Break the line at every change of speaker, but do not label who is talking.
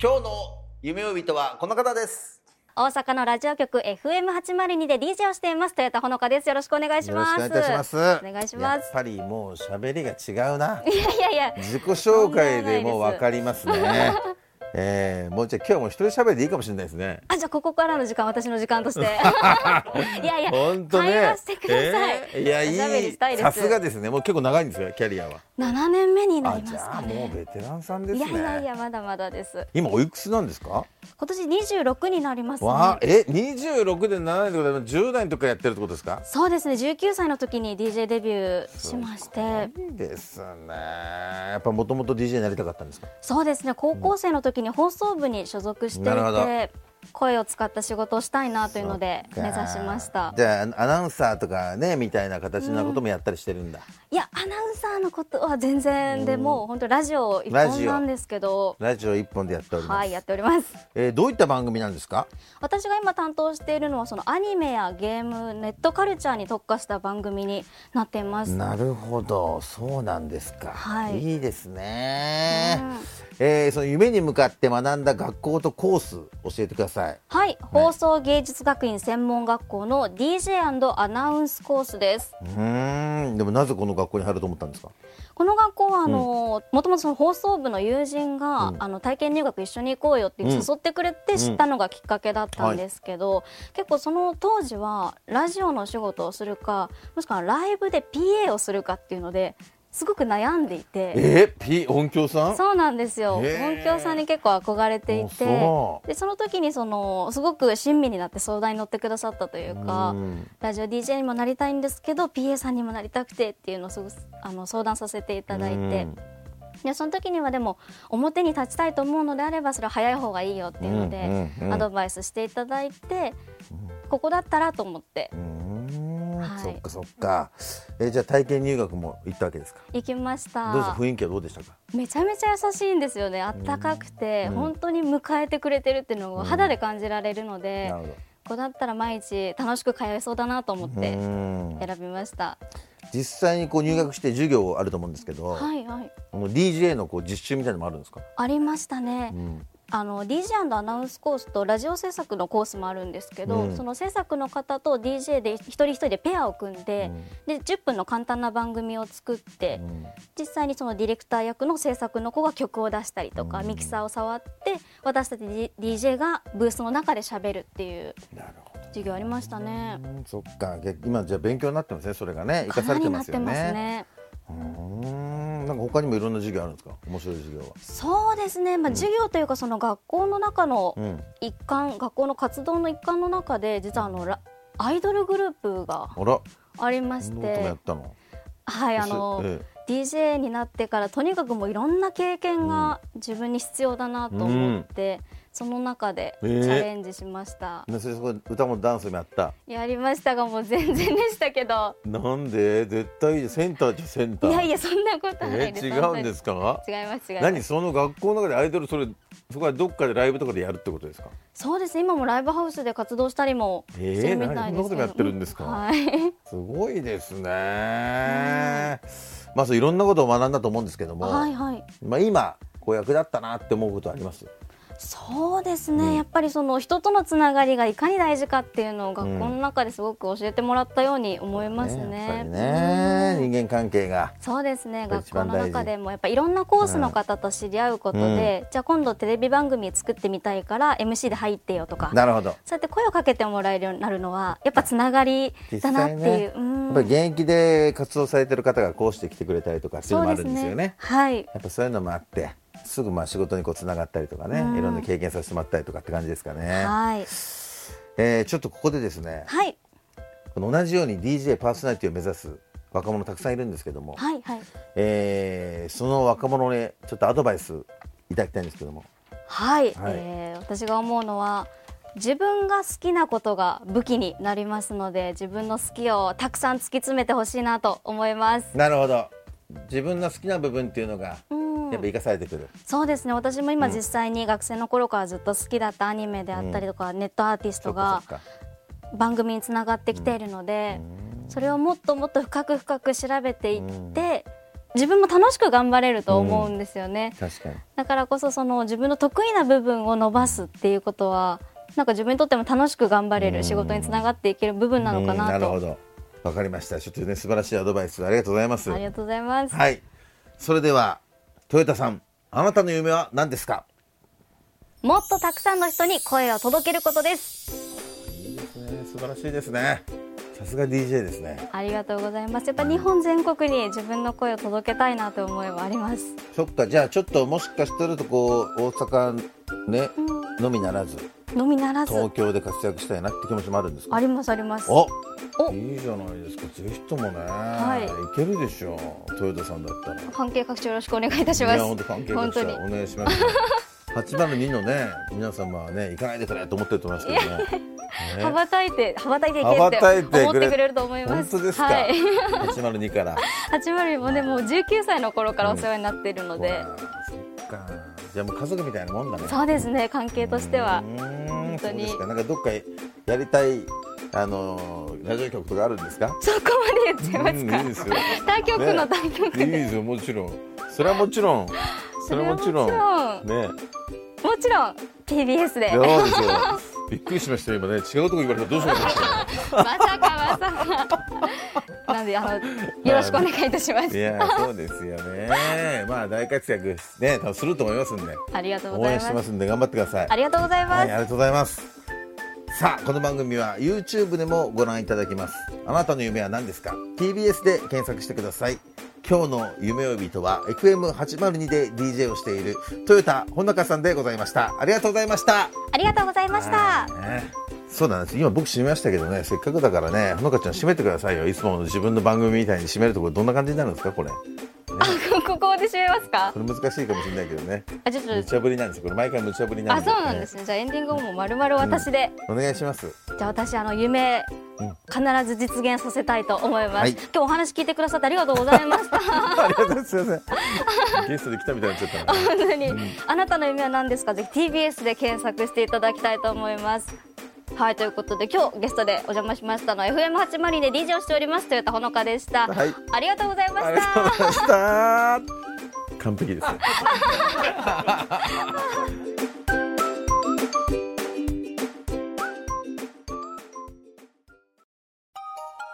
今日の夢追い人はこの方です
大阪のラジオ局 FM802 で DJ をしています豊田ほのかですよろしくお願いします
よろしくお願いいたします
お願いしま
やっ
す
ぱりもう喋りが違うな
いやいやいや
自己紹介でもう分かります ねえー、もうじゃあ今日はもう一人喋りでいいかもしれないですね
あじゃあここからの時間私の時間としていやいや
本当ね
会話してください、
えーいや
おしゃべ
い
り
い
したいです
さすがですねもう結構長いんですよキャリアは
7年目にな
あ
りま
じ
す
ゃあ
か
も
ね
うベテランさんです
い
ね
やいやいやまだまだです
今おいくつなんですか
今年26になりますね
わあえ26で7年とか10代の時からやってるってことですか
そうですね19歳の時に DJ デビューしまして
いいですねやっぱもともと DJ になりたかったんですか
そうですね高校生の時に放送部に所属してい
なるほ
て
ど
声を使った仕事をしたいなというので
そっ
目
か
指しました
じゃあアナウンサーとかねみたいな形なこともやったりしてるんだ、
いやアナウンサーのことは全然でもう本当ラジオ一
ラジ
本
オ
なんですけど
ラジオ一本でやっております、
はいやっております
えーどういった番組なんですか
私が今担当しているのはそのアニメやゲームネットカルチャーに特化した番組になっています
なるほどそうなんですか、
はい
いですね、えーその夢に向かって学んだ学校とコース教えてください
はい放送芸術学院専門学校の DJ& アナウンスコースです
うーんでもなぜこの学校に入ると思ったんですか
この学校はあのもともとその放送部の友人が、あの体験入学一緒に行こうよって
うん
誘ってくれて知ったのがきっかけだったんですけど、結構その当時はラジオのお仕事をするかもしくはライブで PA をするかっていうのですごく悩んでいて。
えー、P 音響さん
そうなんですよ
へ
音
ー
響さんに結構憧れてい
あ
て
そ
でその時にそのすごく親身になって相談に乗ってくださったというか
ん
ラジオ DJ にもなりたいんですけど PA さんにもなりたくてっていうのをすごくあの相談させていただいて
うん
でその時にはでも表に立ちたいと思うのであればそれは早い方がいいよっていうので
うんうんうん
アドバイスしていただいてここだったらと思って
うーん、
はい
そっかそっか、えーじゃあ体験入学も行ったわけですか
行きまし
どうです
た
雰囲気はどうでしたか
めちゃめちゃ優しいんですよねあったかくて本当に迎えてくれてるっていうのを肌で感じられるので
なるほど
ここだったら毎日楽しく通えそうだなと思っ
う
て
ーん
選びました
実際にこう入学して授業あると思うんですけど、
はいはい
あの DJ のこう実習みたいなのもあるんですか、
ありましたね、
ん
あの DJ& アナウンスコースとラジオ制作のコースもあるんですけど、
うん
その制作の方と DJ で一人一人でペアを組んで,、で10分の簡単な番組を作って、実際にそのディレクター役の制作の子が曲を出したりとか、ミキサーを触って私たち D- DJ がブースの中で喋るっていう授業ありましたね。
うん、そっかげ今じゃあ勉強になってますねそれがね生
か
か
な
され
り
て
な
ま
っ
す
て
よ
ます
ね
ね。
うーんなんか他にもいろんな授業あるんですか面白い授業は
そうですね、まあ、授業というかその学校の中の
うん
一環、学校の活動の一環の中で実はあのラアイドルグループが
あら
ありま
そ
し
んなこともや
て
っ、たの
はいあの
え
DJ になってからとにかくもういろんな経験が自分に必要だなと思って、その中でチ
ええ
ャレンジしました、
えねそれそこで歌もダンスもやった
やりましたがもう全然でした けど
なんで絶対いいセンターじゃセン
い
ター
やいやそんなことはない
え
です
違うんですすか
違います違います
何その学校の中でアイドルそれそこはどっかでライブとかでやるってことですか
そうですね今もライブハウスで活動したりもしてるみた
え
いですけど、
え何そんなこともやってるんですか
はい
すごいですね。まあそういろんなことを学んだと思うんですけども、
はいはい
まあ今こう役立ったなって思うことあります。
そうですね、やっぱりその人とのつながりがいかに大事かっていうのを学校の中ですごく教えてもらったように思います
ねやっぱ
ね。
りね人間関係が
そうですね
これ
学
一
校
番
の
大事
中でもやっぱいろんなコースの方と知り合うことで、じゃあ今度テレビ番組作ってみたいから MC で入ってよとか
なるほど
そうやって声をかけてもらえるようになるのはやっぱつながり
実
だなっ
際
ていう、
ねやっ
うん
ぱり現役で活動されてる方がこうして来てくれたりとかっていうのもあるんですよね
はい
やっぱそういうのもあってすぐまあ仕事にこうつながったりとかね、
うん
いろんな経験させてもらったりとかって感じですかね、
はい
えーちょっとここでですね
はい
この同じように DJ パーソナリティを目指す若者たくさんいるんですけども、
はいはい
えーその若者にちょっとアドバイスいただきたいんですけども
はい、
はい
えー私が思うのは自分が好きなことが武器になりますので自分の好きをたくさん突き詰めてほしいなと思います。
なるほど自分の好きな部分っていうのが
うん
やっぱ生かされてくる、
そうですね私も今実際に学生の頃からずっと好きだったアニメであったりとか、ネットアーティス
そ
ト
っか
が
そっか
番組につながってきているので、それをもっともっと深く深く調べていって、自分も楽しく頑張れると思うんですよね、
確かに
だからこそその自分の得意な部分を伸ばすっていうことはなんか自分にとっても楽しく頑張れる仕事につながっていける部分なのか
うん
な
る
と、
ほどわかりましたちょっとね素晴らしいアドバイスありがとうございます
ありがとうございます、
はいそれではトヨタさんあなたの夢は何ですか
もっとたくさんの人に声を届けることです
いいですね素晴らしいですねさすが DJ ですね
ありがとうございますやっぱ日本全国に自分の声を届けたいなという思いはあります
そっかじゃあちょっともしかしてるとこう大阪ね、のみならず
のみならず
東京で活躍したいなって気持ちもあるんですか
ありますあります
お
お
いいじゃないですかぜひともね、
い
い、けるでしょうトヨタさんだったら
関係各所よろしくお願いいたしま
い
す
や本当関係
本
各
当
社
に
お願いします802のね皆様はね行かないでくれと思ってると思いますけどねね
羽ばたいて羽ばたいていけ
羽ばたい
って
て
思っ
く
て
れ
くれると思います
本当ですか、
はい、
802から
802もねもう19歳の頃からお世話になっているので、
わあそっかじゃあもう家族みたいなもんだね
そうですね関係としては
うーん
本
そう
当に
ですかなんかどっかやりたいあのーラジオ局とかあるんですか
そこまで言っちゃいます
うんいい
か
ですよ
対局の対局
い
で、
いですよもちろんそれはもちろんそれはもちろん
それはもち
ね
もちろん TBS で
そうですよびっくりしましたよ今ね違うとこ言われたらどうしようかと思った
まさかまさかなんであのよろしくお願いいたします、
い やそうですよね。まあ大活躍ね多分すると思いますんで、
ありがとうご
応
ざい
援
ま
して
す
ますんで頑張ってください。
ありがとうございます、
はい、ありがとうございます。さあこの番組は YouTube でもご覧いただけます。あなたの夢は何ですか？TBS で検索してください。今日の夢呼びとは FM802 で DJ をしているトヨタ本中さんでございました。ありがとうございました。
ありがとうございました
ねそうなんです今僕閉めましたけどねせっかくだからねほのかちゃん閉めてくださいよいつもの自分の番組みたいに閉めるところどんな感じになるんですかこれ
ここで締めますか
これ難しいかもしれないけどね
あちょっと
無茶ぶりなんですよこれ毎回無茶ぶりな
あ
んで
そうなんですねじゃあエンディングをもう丸々私で、
お願いします
じゃあ私あの夢必ず実現させたいと思います、
はい
今日お話聞いてくださってありがとうございま した
ありがとうございますすいませんゲストで来たみたいになっちゃったな
本当に、あなたの夢は何ですかぜひ TBS で検索していただきたいと思いますはいということで今日ゲストでお邪魔しましたのは FM802 で DJ をしております豊田ほのかでした、
はい
ありがとうございま
あり
し
がとう
た
ございました完璧ですね